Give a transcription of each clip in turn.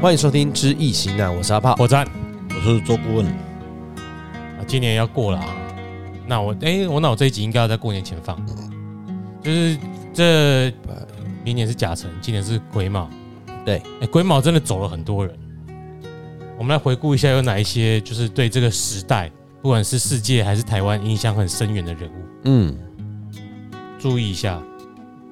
欢迎收听《知易行难》，我是阿炮。火山，我是周顾问，啊今年要过了啊，那我哎、我那我这一集应该要在过年前放，嗯就是这明年是甲辰，今年是癸卯，对哎、癸卯真的走了很多人。我们来回顾一下，有哪一些就是对这个时代，不管是世界还是台湾，影响很深远的人物，嗯，注意一下，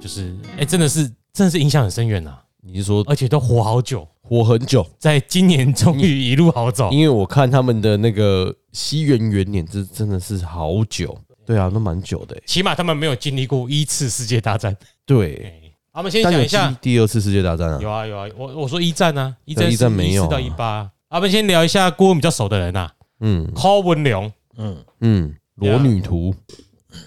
就是哎、真的是真的是影响很深远啊，你是说而且都活好久，活很久？在今年终于一路好走。因为我看他们的那个西元元年，这真的是好久。对啊，都蛮久的欸。起码他们没有经历过一次世界大战。对，哎好，我们先但讲有一下经历第二次世界大战啊。有啊有啊，我我说一战啊，一对战一战没有啊四到一八、啊。我们先聊一下郭文比较熟的人啊，嗯柯文良，嗯，嗯，裸女图，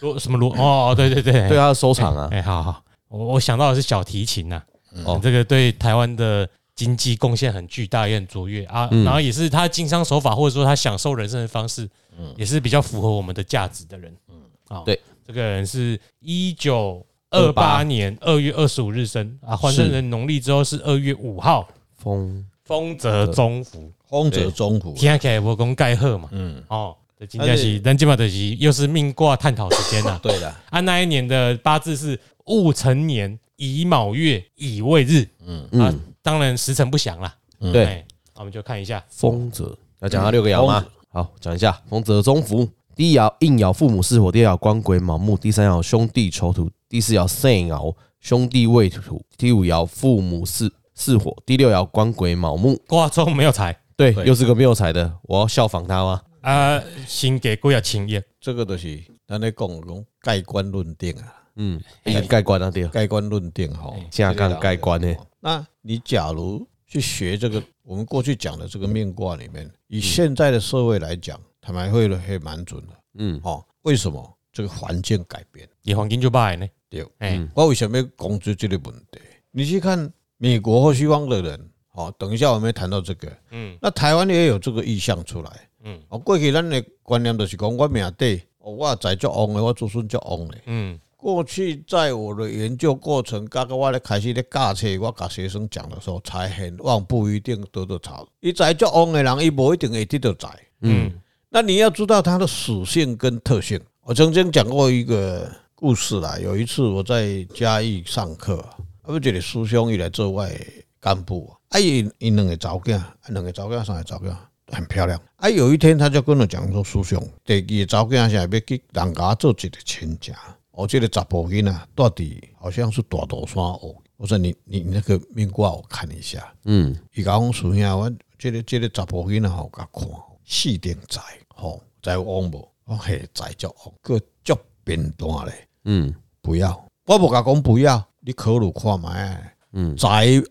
罗什么罗哦，对对对，嗯对啊，他的收藏啊。哎，好好，我我想到的是小提琴呐、哦哦，这个对台湾的经济贡献很巨大，也很卓越啊，嗯然后也是他经商手法或者说他享受人生的方式，也是比较符合我们的价值的人，嗯，好，嗯对，这个人是一九二八年二月二十五日生啊，换算是成农历之后是二月五号，风丰泽中福。风泽中府，听起来无讲盖好嘛，嗯，。哦，这真正是咱今嘛就是又是命卦探讨时间啦 对了，啊，那一年的八字是戊辰年乙卯月乙未日，啊嗯，当然时辰不详啦。嗯对，哎，那我们就看一下，风泽嗯要讲他六个爻吗？好，讲一下风泽中福。第一爻应爻父母是火，第二爻官鬼卯木，第三爻兄弟丑土，第四爻肾爻兄弟未土，第五爻父母是是火，第六爻官鬼卯木。卦中没有财，对，对又是个没有才的，我要效仿他吗？啊，先给贵要清业，这个就是咱咧讲讲盖棺论定啊，嗯，已经盖棺了，对，盖棺论定吼，哎下杠盖棺呢。那你假如去学这个，我们过去讲的这个命卦里嗯面，以现在的社会来讲，坦白会了还蛮准的嗯，哦。为什么这个环境改变？也黄金就败呢。对，哎，嗯我为什么讲出这个问题？你去看美国或西方的人，哦，等一下我们会谈到这个，嗯那台湾也有这个意向出来。嗯哦，过去咱的观念就是讲，我命底，哦我仔足旺的，我子孙足旺的。嗯，过去在我的研究过程，刚刚我咧开始咧教册，我甲学生讲的时候，财很旺不一定得到财，伊财足旺的人，伊无一定会得到财。嗯，那你要知道它的属性跟特性。我曾经讲过一个故事啦，有一次我在嘉义上课，啊，我一个师兄伊来做我的干部，啊，伊伊两个查某囝，啊两个查某囝，三个查某囝。很漂亮啊！有一天，他就跟我讲说：“师兄，第二个查某囝是要去人家做一个亲戚，我这个查甫囡啊，到底好像是大肚山哦。”我说你：“你你那个命卦我看一下。”嗯，伊甲我孙兄，啊我即个即个查甫囡仔吼，甲看四点仔吼，在旺无？我嘿在足旺，个足平淡咧，嗯，不要，我无甲讲不要，你考虑看卖。嗯，在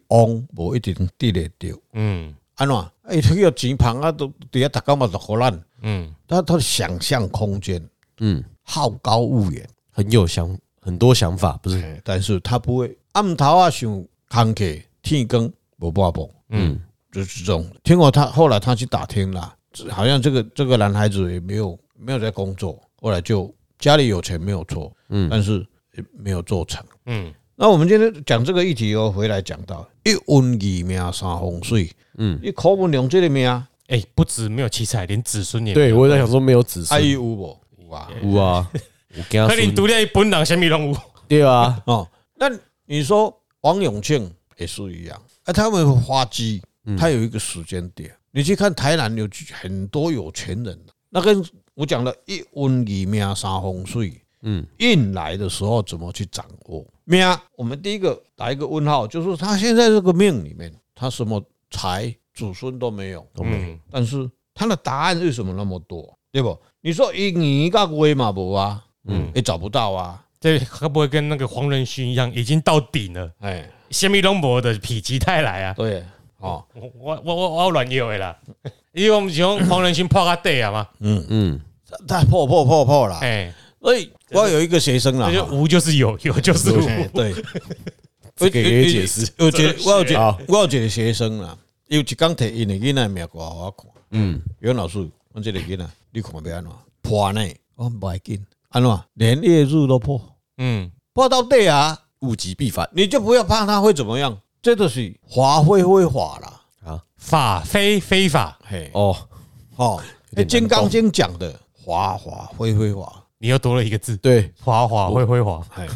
旺无一定得会着，嗯安怎？哎，迄个钱捧啊，都伫遐逐工嘛落互咱，嗯，他他的想象空间嗯，好高骛远，很有想很多想法，不是？嘿但是他不会暗头啊想空客天光无半步。嗯，就是这种。听过他后来他去打听啦，好像这个这个男孩子也没有没有在工作，后来就家里有钱没有错，嗯，但是也没有做成。嗯，那我们今天讲这个议题哦，回来讲到一运二命三风水，嗯，你考文良这个命，啊，哎，不止没有奇才，连子孙也没有对，我在想说没有子孙，伊有无？有啊，有啊，哎 我跟他可你说，独立本人什么拢有，对啊，哦，那你说王永庆也是一样，啊，他们花鸡，他有一个时间点，你去看台南有很多有钱人，那跟我讲的一温一命三风水，嗯，运来的时候怎么去掌握命？我们第一个打一个问号，就是他现在这个命里面，他什么财祖孙都没有，嗯但是他的答案为什么那么多，对不？你说一年个月嘛无啊，嗯嗯，也找不到啊，这会不会跟那个黄仁勋一样，已经到顶了？哎，虾米拢无的否极泰来啊！对，哦。我我我我乱摇的啦，因为我们是讲黄仁勋破个底啊嘛，嗯，他破破破破啦。哎，所以我有一个学生啦那，就无就是有， 有就是嘿无，对，这个也有解释。我觉得我有一这个我有一个学生啦，他有一工摕因的囡仔名给我看，嗯，袁老师，我这个囡仔你看要安怎破呢？我不要紧，安怎连月日都破，嗯破到底啊！物极必反，你就不要怕他会怎么样，这就是华会会华啦。啊，法非非法，嘿，哦，哦，有那点《金难懂刚经》讲的华华辉辉华，你又多了一个字，对，华华会辉煌，嘿，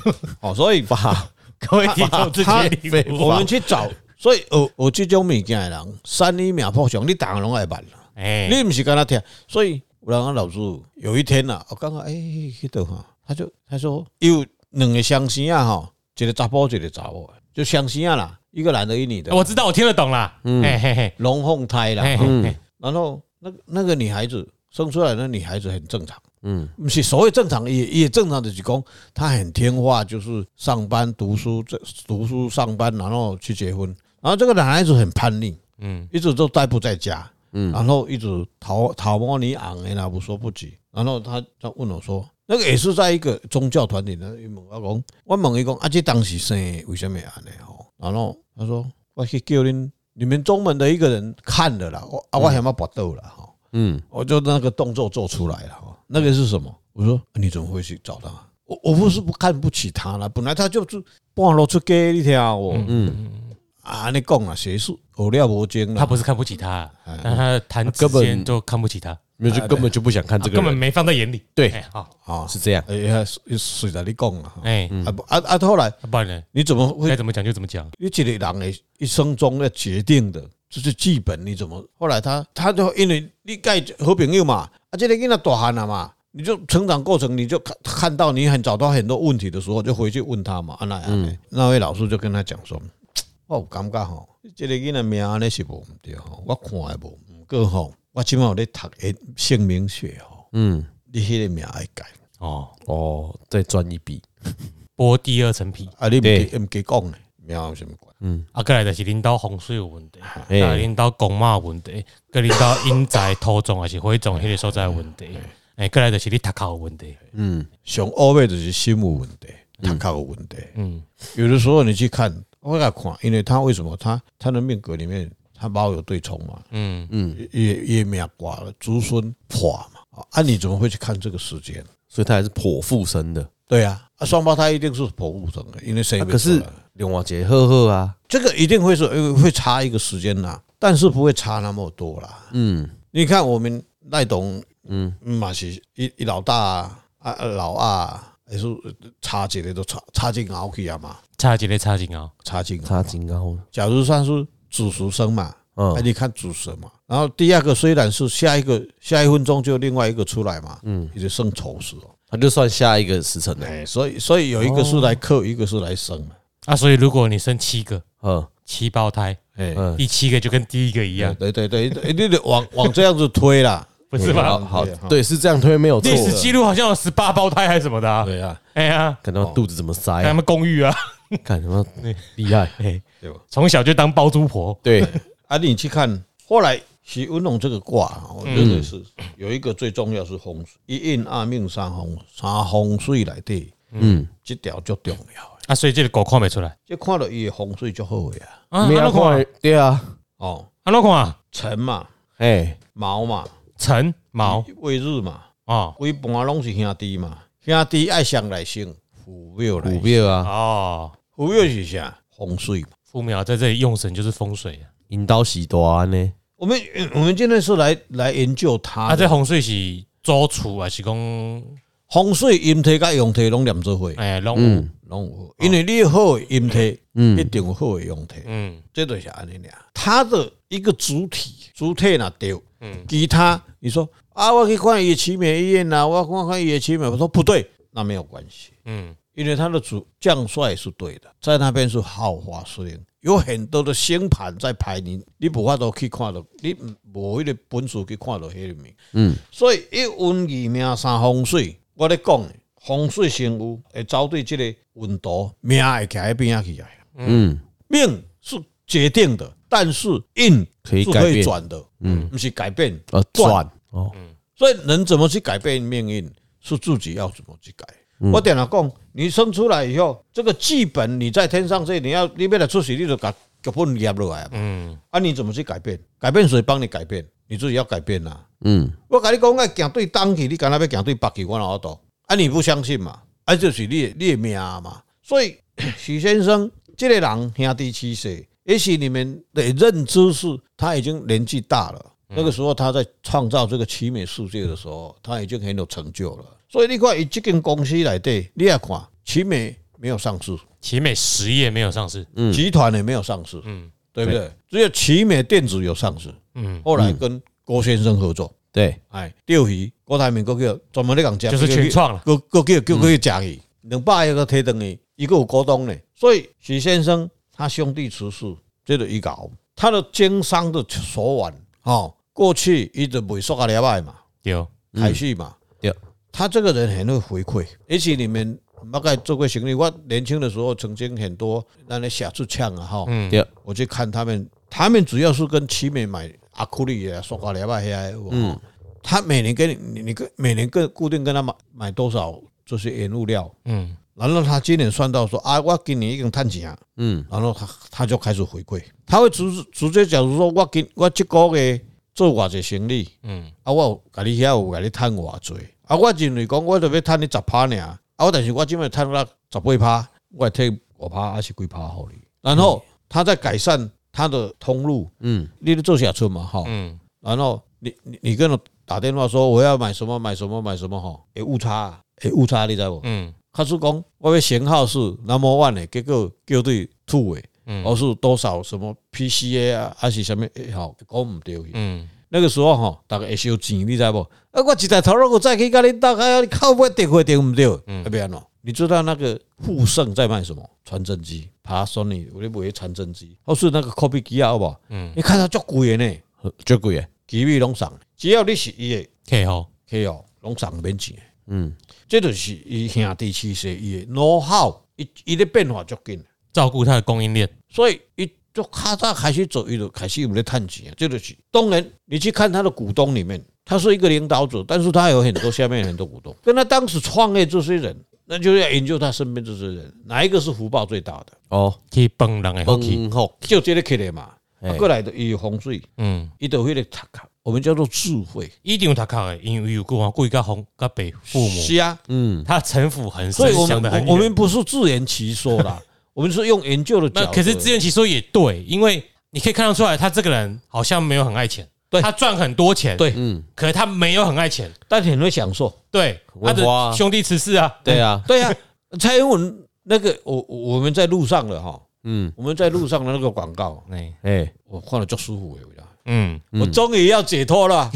哦，所以吧，各位听众自他己领悟我吧们。去找，所以有有这种物件的人，三里名破上，你当然拢爱办。哎，你不是跟他听，所以有人啊，老师有一天呐、啊，我刚刚哎，去到哈，他就他说有两个相生啊哈，一个查甫一个查某，就相生啊啦，一个男的一女的，我知道，我听得懂啦。嘿嘿嘿，龙凤胎啦，嘿哈嘿嘿，然后那个那个女孩子生出来的女孩子很正常，嗯，不是所谓正常，也也正常的是讲她很听话，就是上班读书，这读书上班，然后去结婚，然后这个男孩子很叛逆，嗯，一直都待不在家，嗯嗯，然后一直讨讨摸你昂的啦，无所不及。然后他他问我说，那个也是在一个宗教团体呢，他问我讲，我问伊讲，啊，这当时生的为什么安尼吼？然后他说，我去叫恁你们中门的一个人看了啦，我啊，我想要搏斗啦吼，嗯，我就那个动作做出来了哈，那个是什么？我说啊你怎么会去找他？我我不是不看不起他啦，本来他就是半路出家，你听我啊，你讲啊，学术学了无精啦他。不是看不起他，但他的谈他之根本间就看不起他，没有就根本就不想看啊这个根本人，没放在眼里。对哎好，啊是这样，哎呀，随在你讲啊，哎，啊不啊啊，后来那不然呢？你怎么该会？怎么讲就怎么讲。你一个人的一生中要决定的，这是剧本，你怎么？后来他他就因为你盖好朋友嘛，啊，这个囡仔大汉了嘛，你就成长过程，你就看看到你很找到很多问题的时候，就回去问他嘛，啊那样的，那位老师就跟他讲说，我有感觉吼，这个囡仔命安尼是无毋对吼，我看也无，毋过吼，我即满有咧读诶姓名学吼，嗯，你迄个名爱改，哦，哦，再赚一笔，剥第二层皮，啊，你对毋毋加讲咧，名有什么关？啊，过来就是领导洪水有问题，哎啊，领导公骂问题，个领导因在土种还是火种迄个所在的问题，哎，过来就是你读考问题。嗯，上欧美就是心有问题，他靠有问题。嗯，有的时候你去看，我给他看，因为他为什么他他的命格里面他包有对冲嘛，嗯，也也命挂了，子孙破嘛，啊，你怎么会去看这个时间？所以他还是颇附身的。对呀、啊，双胞胎一定是剖腹生的，因为谁、啊可是另外一个赫赫啊，这个一定会是呃会差一个时间啦，但是不会差那么多啦。嗯你看我们赖董，嗯嗯，嘛是一一老大啊，啊啊老二啊，也是差一个都差差进熬去啊嘛，差一个差一个，哦差进差金刚，假如算是主食生嘛，嗯那你看主食嘛，然后第二个虽然是下一个下一分钟就另外一个出来嘛，嗯，也就生丑时哦，他就算下一个时辰了。哎，所以所以有一个是来克，一个是来生嘛，啊，所以如果你生七个嗯七胞胎，哎，嗯，第七个就跟第一个一样，对对对，对你得往往这样子推啦，不是好吧？好对哈，对，是这样推没有错历。史记录好像有十八胞胎还是什么的啊？对啊，哎呀，哦看他妈肚子怎么塞他啊，们公寓啊，看他妈厉害。哎对吧，从小就当包租婆，对，啊，你去看后来。徐文龙这个卦啊，我觉得是有一个最重要是风水，一印二命三风，三风水来底，嗯，这条最重要的。啊，所以这个狗看不出来。这看到伊的风水就好的啊，啊，安没怎有看啊看，对啊，哦，安怎看啊，辰嘛，哎，毛嘛，辰卯未日嘛，哦规盘拢是兄弟嘛，兄弟爱相来生，虎庙来股生，票啊，哦，虎庙是啥？风水嘛。父苗在这里用神就是风水啊，引导喜多安呢，我们我们今天是来来研究它啊，的这风水是周处还是讲嗯风水阴体甲阳体拢连做伙，哎拢有拢有，因为你有好的阴体，一嗯定有好的阳体，嗯这就是安尼俩。它的一个主体，主体若对，嗯其他你说啊，我去看野奇美医院呐、啊我看看野奇美，我说不对，那没有关系。嗯因为他的主将帅是对的，在那边是豪华司令，有很多的星盘在排你，你无法度去看到，你无迄个本事去看到迄个名。嗯，所以一运二命三风水，我咧讲的，风水先有，会走对即个运道，命会徛喺边仔去啊。嗯，命是决定的，但是运可以是改可以变转的，嗯，不是改变。呃，转转哦，所以人怎么去改变命运，是自己要怎么去改。我点了讲，你生出来以后，这个剧本你在天上这，你要你为了出席，你就把脚本压落来嘛。嗯啊，你怎么去改变？改变谁帮你改变？你自己要改变呐、啊嗯我跟你讲，要行对东去，你敢若要行对北去，我哪有懂？啊，你不相信嘛？啊，就是你的你的命嘛。所以许先生这个人兄弟七世，也许你们的认知是他已经年纪大了，嗯那个时候他在创造这个奇美世界的时候，他已经很有成就了。所以你看，以这间公司来对，你也看奇美没有上市，奇美实业没有上市，嗯集团也没有上市，嗯对不对？只有奇美电子有上市，嗯，后来跟郭先生合作，对，哎，钓鱼郭台铭哥叫专门咧讲讲，就是全创了，个个叫叫佢去食去，两百个摕等去，一个有股东呢。所以许先生他兄弟辞世，这就伊搞他的经商的手腕哦，过去一直萎缩啊两百嘛，有开始嘛。对他这个人很会回馈，而且你们大概做过行李，我年轻的时候曾经很多那那小字呛啊哈，嗯对，我去看他们，他们只要是跟奇美买阿库利啊、索卡里巴遐，嗯，他每年给你，你你跟每年跟固定跟他买买多少这些原物料，嗯然后他今年算到说啊，我今年已经赚钱啊，嗯，然后他他就开始回馈，他会直直接假如说我今我这个月做偌济生意，嗯，啊，我有甲你遐有甲你趁偌济，啊，我认为讲我就要趁你十趴尔，啊，我但是我即摆趁了十八趴，我会退五趴还是几趴互你，然后他再改善他的通路，嗯，你咧做小村嘛吼，嗯然后你你你跟我打电话说我要买什么买什么买什么吼，会误差啊，会误差你知无？嗯他是讲我要型号是 number one 的，结果叫对吐的，嗯而是多少什么 PCA 啊，还是什么，诶吼，讲毋对去。嗯，那个时候吼，大家会收钱，你知无？啊，我一台头路我再去甲你搭，啊，你靠尾电话对毋对？啊，别安怎？你知道那个富盛在卖什么？传真机，Panasonic 有咧卖传真机，或是那个 copy 机啊，好不好？嗯你看它足贵的呢，最贵耶，机密拢送的，只要你是伊的客户，客户，哦拢送免钱的。嗯，这就是伊兄弟七势，伊的 know how，伊伊的变化足紧。照顾他的供应链，所以伊就咔嚓开始走，伊就开始有咧探钱啊，这就是当然，你去看他的股东里面，他是一个领导者，但是他有很多下面很多股东，跟他当时创业这些人，那就要研究他身边这些人，哪一个是福报最大的，哦，去帮人的后期，很好，就这个起来嘛。哎啊过来的伊有风水，嗯，伊就迄个塔卡，我们叫做智慧。一定有他靠的，因为有过往贵甲红甲北父母，是啊，嗯，他城府很所深以我，想得们很我我远。们不是自圆其说 啦，我们是用研究的角那度。可是自圆其说也对，因为你可以看得出来，他这个人好像没有很爱钱，对他赚很多钱，对，嗯，可是他没有很爱钱，但是很会享受。对，他文化啊的兄弟辞世啊，对啊，对啊，蔡英文那 个，我我我们在路上了哈。嗯，我们在路上的那个广告，哎，哎，我看了足舒服的，有啦嗯，嗯我终于要解脱了。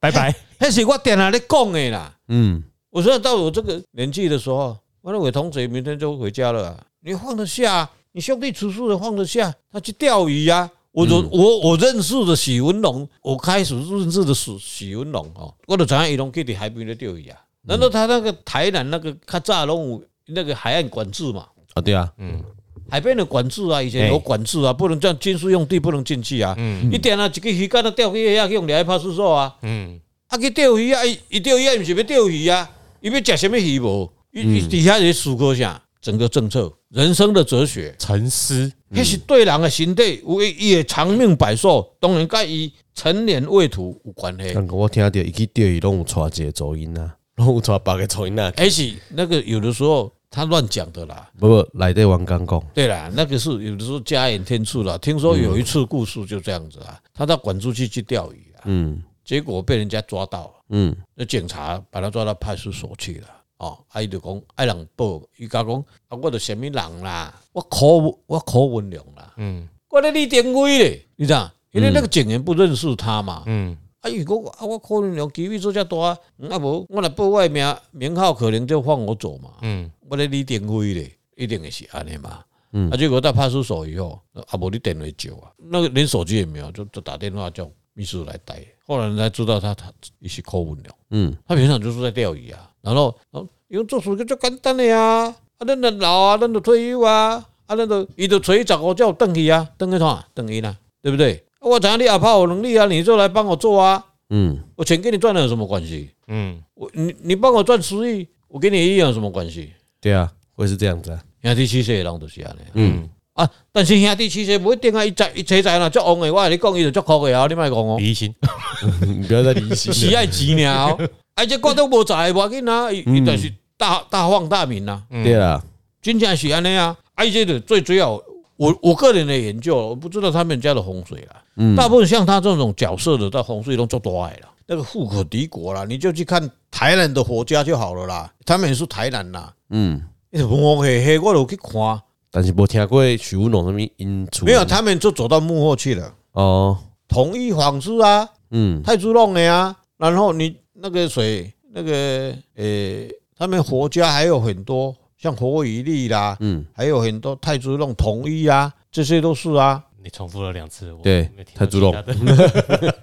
拜拜， 那是我电台咧讲的啦。嗯，我说到我这个年纪的时候，我认为同学明天就回家了啊、你放得下啊，你兄弟出事的放得下，他去钓鱼啊。我就我我认识的许文龙，我开始认识的许许文龙哦，我都知影伊拢去伫海边咧钓鱼啊。难道他那个台南那个较早拢有那个海岸管制嘛？啊，对啊，嗯海边的管制啊，以前有管制啊，不能这样军事用地不能进去啊。嗯你点啊，一个鱼竿都钓去遐去用掠去派出所啊，嗯啊去钓鱼啊，伊伊钓鱼啊，毋是要钓鱼啊，伊要食什么鱼无？伊伊底下是思考啥？整个政策、人生的哲学，沉思，迄是对人的心底有伊的长命百寿，当然甲伊成年未吐有关系。但我听到伊去钓鱼拢有带一个噪音啊，拢有带别个噪音啊，而且那个有的时候他乱讲的啦，不不，内底王刚讲，对啦，那个是有的时候加减天数啦。听说有一次故事就这样子啊，他到管住去去钓鱼啊，嗯结果被人家抓到了，嗯，那警察把他抓到派出所去了。哦，啊，伊就讲爱人报，伊甲讲啊，我著什么人啦，我考我考文良啦，嗯我咧李登辉咧，你知道？因为那个警员不认识他嘛。嗯啊，如果我啊我考文良机会做遮大，嗯啊无我来报我的名名号，可能就放我走嘛。嗯我咧李登辉咧，一定会是安尼嘛。啊，结果到派出所以后，啊，无你电话借啊，那个连手机也没有，就就打电话叫秘书来带。后来人才知道他他一起扣文了，嗯，他平常就是在钓鱼啊。然后，然后因为做事个就简单的呀，啊，咱就老啊，咱就退休啊，啊，咱就伊就找十五叫等去啊，等去啥？等去啦，对不对？啊我知影你阿怕有能力啊，你就来帮我做啊，嗯我钱跟你赚了有什么关系？嗯，我你你帮我赚十亿，我给你一亿有什么关系？对啊，会是这样子啊，兄弟七岁的人就是安尼。嗯，啊，但是兄弟七岁无一定啊，伊在伊车在啦，足旺的，我甲你讲，伊就足酷的啊，你莫讲哦，李一新， 你不要再理性是爱钱尔哦，啊，这我都无在，无要紧啊，伊伊就是大大放大名啊，对啊，真正是安尼啊，啊，伊这就最主要我我个人的研究，我不知道他们家的洪水啦。大部分像他这种角色的，在洪水中做多爱了，那个富可敌国啦，你就去看台南的佛家就好了啦，他们也是台南啦，嗯，那是红红黑黑，我都去看，但是没听过许文龙那边因出没有，他们就走到幕后去了，哦，统一皇室啊， 嗯太子弄的呀，然后你那个谁，那个呃、他们佛家还有很多，像佛一利啦，嗯，还有很多太子弄统一啊，这些都是啊，你重复了两次，我对没听到太主动其他的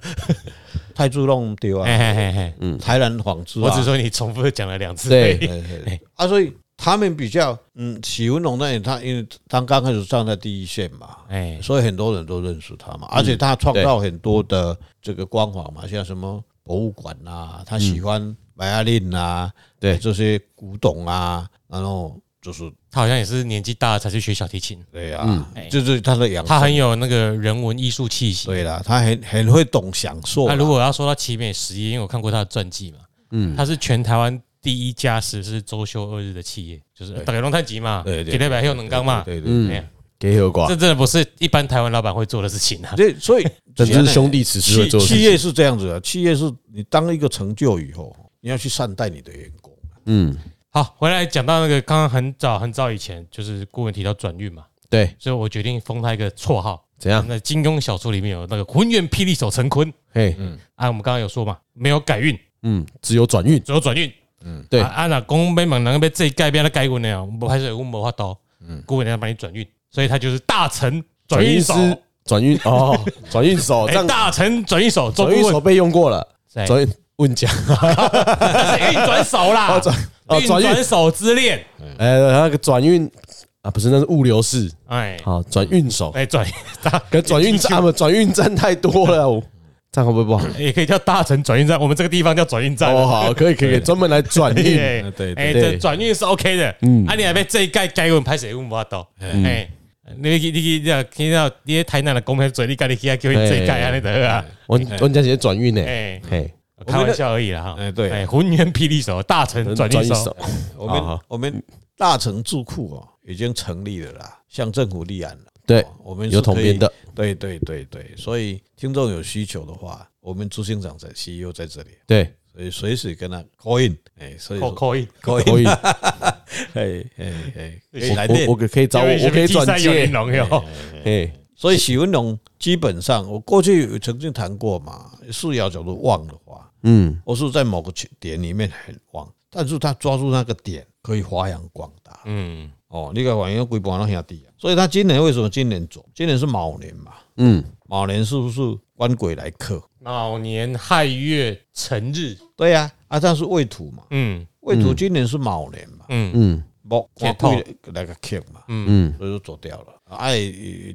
太子弄对啊，嘿嘿嘿嘿，台南皇室哎我只啊，说你重复讲了两次，对，嘿嘿啊，所以他们比较，嗯，许文龙那里他因为他刚开始站在第一线嘛，哎，所以很多人都认识他嘛，而嗯且他创造很多的这个光环嘛，像什么博物馆啊，他喜欢买阿令啊，嗯对这些古董啊，然后就是他好像也是年纪大了才去学小提琴，对嗯啊，就是他的养哎他很有有那个人文艺术气息。对啦，他很很会懂享受啊啦。那如果要说到奇美实业，因为我看过他的传记嘛，嗯，他是全台湾第一家实施周休二日的企业，就是大概龙探集嘛，对对给代表用能刚嘛，对对对，哎呀嗯，给有挂这，真的不是一般台湾老板会做的事情啊。这 所以这只是兄弟此时会企做的事企情，业是这样子的，企业是你当一个成就以后，你要去善待你的员工。嗯，好，回来讲到那个刚刚很早很早以前，就是顾问提到转运嘛，对，所以我决定封他一个绰号。怎样？那金庸小说里面有那个浑元霹雳手陈坤嘿，啊，我们刚刚有说嘛，没有改运，嗯，只有转运，只有转运。嗯对啊，啊若讲被猛人被这一改变了改过那样，不还是我没法度，嗯，顾问要帮你转运，所以他就是大臣转运手，师，转运哦，转运手，这哎，样大臣转运手，周转运哎顾手问，被用过了，谁转运问讲，那是运转手啦哦，转哦运转运转手之恋，呃，那个转运啊，不是，那是物流室。哎，好，转运手，哎哎，转 大跟转运站嘛，啊转运站太多了，我这样会不会不好？也可以叫大臣转运站，我们这个地方叫转运站。哦，好，可以可以，可以专门来 转运。哎对对哎，嗯对这转运是 OK 的。嗯，啊，你还被这一届改文拍谁问我到？哎，你去你去那听到你在台南的公开嘴，你赶紧去啊叫你这一届安尼得啊？我我家姐转运呢，哎，嘿，开玩笑而已啦哈。哎对哎，浑元霹雳手，大臣转运手，，我们、啊好我们大成智库哦已经成立了啦，向政府立案了。对，我们是有统编的，可以，对对对对，所以听众有需求的话，我们执行长在 CEO 在这里，对，所以随时跟他 call in，哎，所以扣说扣一。 call 可 in，以，哎哎哎，可以来我电我。我可以找我，我可以转有介玲，珑哟。嘿，所以许文龙基本上，我过去有曾经谈过嘛，四爻角度旺的话，嗯，我是在某个点里面很旺，但是他抓住那个点可以发扬光大。嗯，哦，你个反应规盘那兄弟啊，所以他今年为什么今年走？今年是卯年嘛，嗯，卯年是不是官鬼来克？卯年亥月辰日，对呀、啊，但是未土嘛，嗯未土今年是卯年嘛，嗯嗯卯铁官头鬼来个克嘛，嗯，所以就走掉了。哎，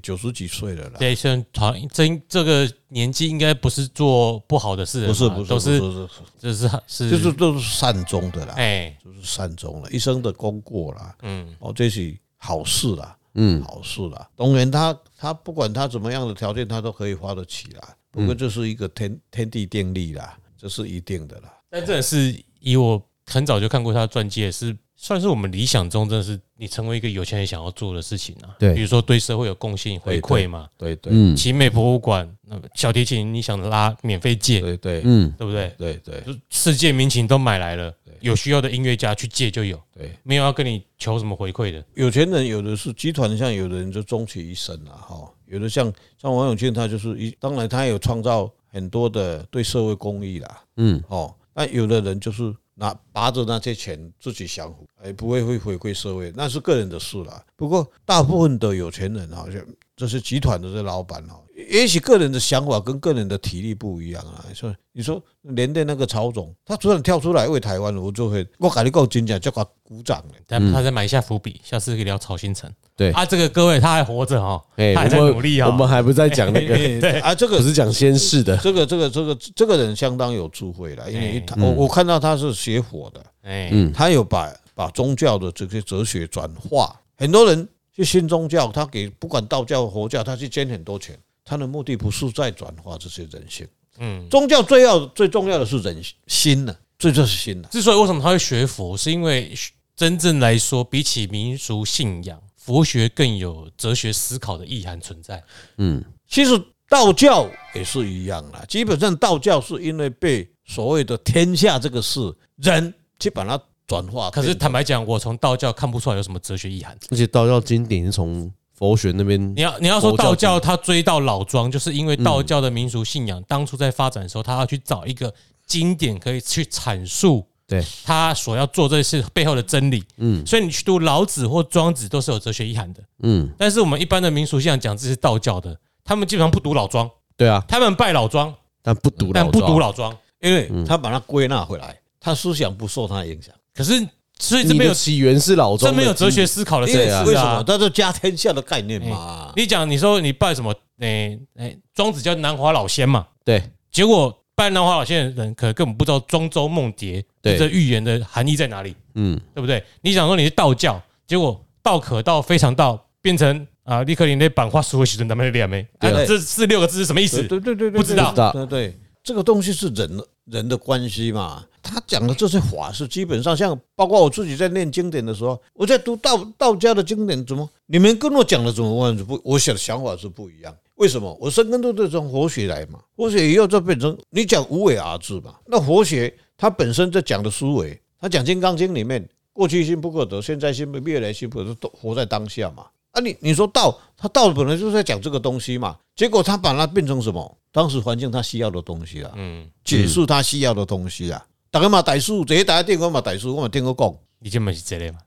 九十几岁了啦，这算好，真这个年纪应该不是做不好的事了吧，不是不是都不是，是不就是是是就是都是善终的啦，哎，就是善终了，一生的功过啦，嗯，哦，这是好事啦。嗯，好事啦。当然他，他不管他怎么样的条件，他都可以花得起啦。不过这是一个天天地定力啦，这是一定的啦。但真的是以我很早就看过他的传记，也是算是我们理想中真的是你成为一个有钱人想要做的事情啊。对比如说对社会有贡献回对馈嘛，对对嗯奇美博物馆，那么小提琴你想拉免费借，对对嗯，对不对？对对就世界民情都买来了，有需要的音乐家去借就有，对，没有要跟你求什么回馈的。有钱人有的是集团，像有的人就终其一生啦，哈。有的像像王永庆，他就是一，当然他有创造很多的对社会公益啦，嗯，哦。那有的人就是拿拔着那些钱自己享福，哎，不会会回馈社会，那是个人的事啦。不过大部分的有钱人好像这是集团的这老板哦，也许个人的想法跟个人的体力不一样啊。所以你说连带那个曹总，他突然跳出来为台湾，我就会我感觉够真正叫他鼓掌 嘞。但他再埋下伏笔，下次可以聊曹新成。嗯对啊，这个各位他还活着哈，哎，他还在我努们力哦我们哈。还不在讲 那个，对啊，这不个是讲先世的， 这个这个这个这个人相当有智慧了，因为他嗯我我看到他是学佛的，哎，嗯他有把把宗教的这些哲学转化。很多人去信宗教，他给不管道教、佛教，他去捐很多钱，他的目的不是在转化这些人性。嗯，宗教最要最重要的是人心呢，最就是心呢。之所以为什么他会学佛，是因为真正来说，比起民俗信仰，佛学更有哲学思考的意涵存在。嗯，其实道教也是一样啦，基本上道教是因为被所谓的天下这个事人去把它转化可变成，是坦白讲，我从道教看不出来有什么哲学意涵。而且道教经典是从佛学那边你要你要说佛教道经教它追到老庄，就是因为道教的民俗信仰当初在发展的时候，它要去找一个经典可以去阐述对，他所要做这事背后的真理。嗯所以你去读老子或庄子都是有哲学意涵的。嗯，但是我们一般的民俗信仰讲这是道教的，他们基本上不读老庄，对啊，他们拜老庄，但不读但老不啊读了，老庄。因为嗯他把它归纳回来，他思想不受他的影响。可是所以这你没的有起源是老这庄，没有哲学，思考的因为意思啊。为什么？它是家天下的概念嘛。你讲你说你拜什么？诶、诶、庄子叫南华老仙嘛，对，结果拜南华老仙的人可能根本不知道庄周梦蝶对这预言的含义在哪里，嗯，对不对？你想说你是道教，结果道可道非常道，变成啊立刻你那版画书的时阵咱们念没？啊对啊这四六个字是什么意思？对对对对，不知道不知道对对，这个东西是人人的关系嘛。他讲的这些法是基本上像，包括我自己在念经典的时候，我在读道道家的经典，怎么你们跟我讲的怎么我不，我想的想法是不一样。为什么？我深根都是从佛学来嘛，佛学以后就变成你讲无为而治嘛。那佛学它本身在讲的思维，它讲《金刚经》里面，过去心不可得，现在心不未来心不可得，都活在当下嘛。啊你，你说道，他道本来就是在讲这个东西嘛，结果他把它变成什么？当时环境他需要的东西啊，嗯，解释他需要的东西啊。大家嘛代数，这些大家听我嘛代数，我嘛听我讲，你根本是这类嘛。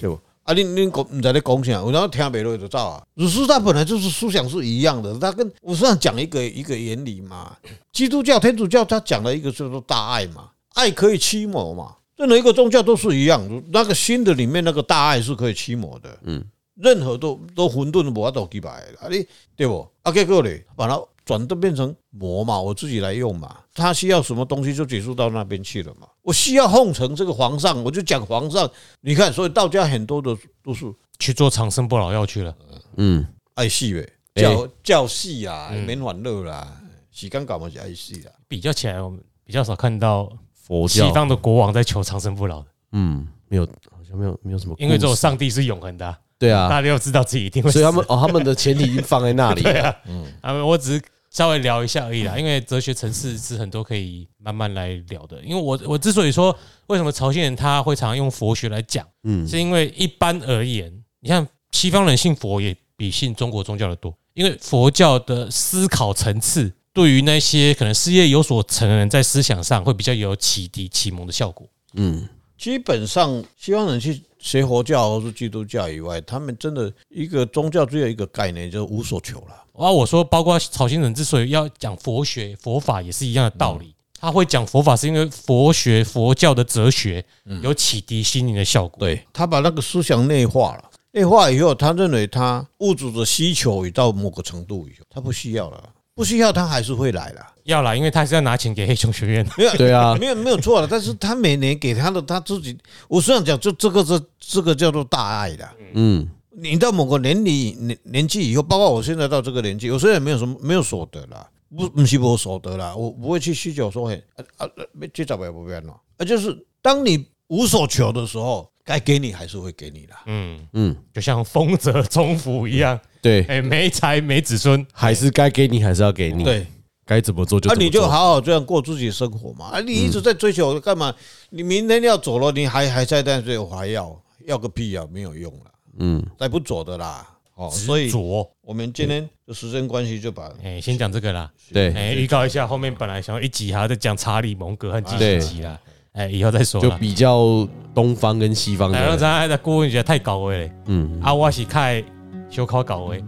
对不？啊，你你讲唔知咧讲啥，有然后听袂落就走啊。儒释他本来就是思想是一样的，他跟我是上讲一个一个原理嘛。基督教、天主教他讲了一个叫做大爱嘛，爱可以驱魔嘛。任何一个宗教都是一样，那个心的里面那个大爱是可以驱魔的。嗯，任何都都混沌无法度击败的，啊你对不？啊结果嘞，把它转都变成魔嘛，我自己来用嘛。他需要什么东西就结束到那边去了嘛。我需要奉承这个皇上，我就讲皇上。你看，所以道家很多的都是去做长生不老药去了。嗯，爱戏呗，哎教教戏啊，免烦恼啦，时间搞嘛是爱戏啊啦。比较起来，我们比较少看到佛西教，方的国王在求长生不老的，嗯，没有，好像没有没有什么故事，因为只有上帝是永恒的啊、对啊，大家又知道自己一定会死。所以他们哦，他们的前提已经放在那 里了，啊，我只是稍微聊一下而已啦，因为哲学层次是很多可以慢慢来聊的。因为我我之所以说为什么朝鲜人他会常用佛学来讲，嗯是因为一般而言，你看西方人信佛也比信中国宗教的多，因为佛教的思考层次对于那些可能事业有所成的人，在思想上会比较有启迪启蒙的效果。嗯，基本上西方人去学佛教或是基督教以外，他们真的一个宗教只有一个概念，就是无所求了。啊，我说，包括朝鲜人之所以要讲佛学、佛法，也是一样的道理。嗯他会讲佛法，是因为佛学、佛教的哲学嗯有启迪心灵的效果。对他把那个思想内化了，内化以后，他认为他物质的需求也到某个程度以后，他不需要了，不需要他还是会来了。要啦，因为他是要拿钱给黑熊学院 的。没有对啊， 没有没有错了，但是他每年给他的他自己，我虽然讲，就这个这这个叫做大爱的。嗯你到某个年龄年年纪以后，包括我现在到这个年纪，我虽然没有什么没有所得啦，不不是我所得啦，我不会去需求说很啊啊，啊没这找也不变了，啊，就是当你无所求的时候，该给你还是会给你的。嗯，嗯，就像丰泽中福一样，对，哎、没财没子孙。还是该给你还是要给你，，对，该怎么做就啊，怎么做，嗯你就好好这样过自己的生活嘛。啊，你一直在追求干嘛？你明天要走了，你还还在那追，我还要要个屁啊，没有用了，嗯，再不走的啦。哦，所以左，我们今天的时间关系，就把哎、先讲这个啦。对，哎、预告一下，后面本来想要一集还要再讲查理蒙格和基辛对吉啦，哎、以后再说就啦。比较东方跟西方哎，让的，咱在顾问觉得太高位了，嗯，啊，我是看小考高位。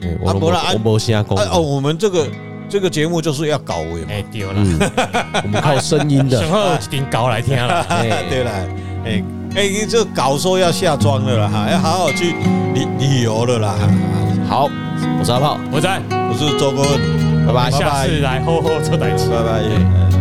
对我啊不都然啊我没瞎讲啊，哦，我们这个这个节目就是要搞位嘛。哎、对啦。嗯，我们靠声音 然的，后有一顶高来听 啦。哎 对了，哎哎，你这搞说要下庄了啦，哈，要好好去旅旅游了啦。好，我是阿炮，我在，我是周哥，拜拜。下次来吼吼做代志。拜拜。对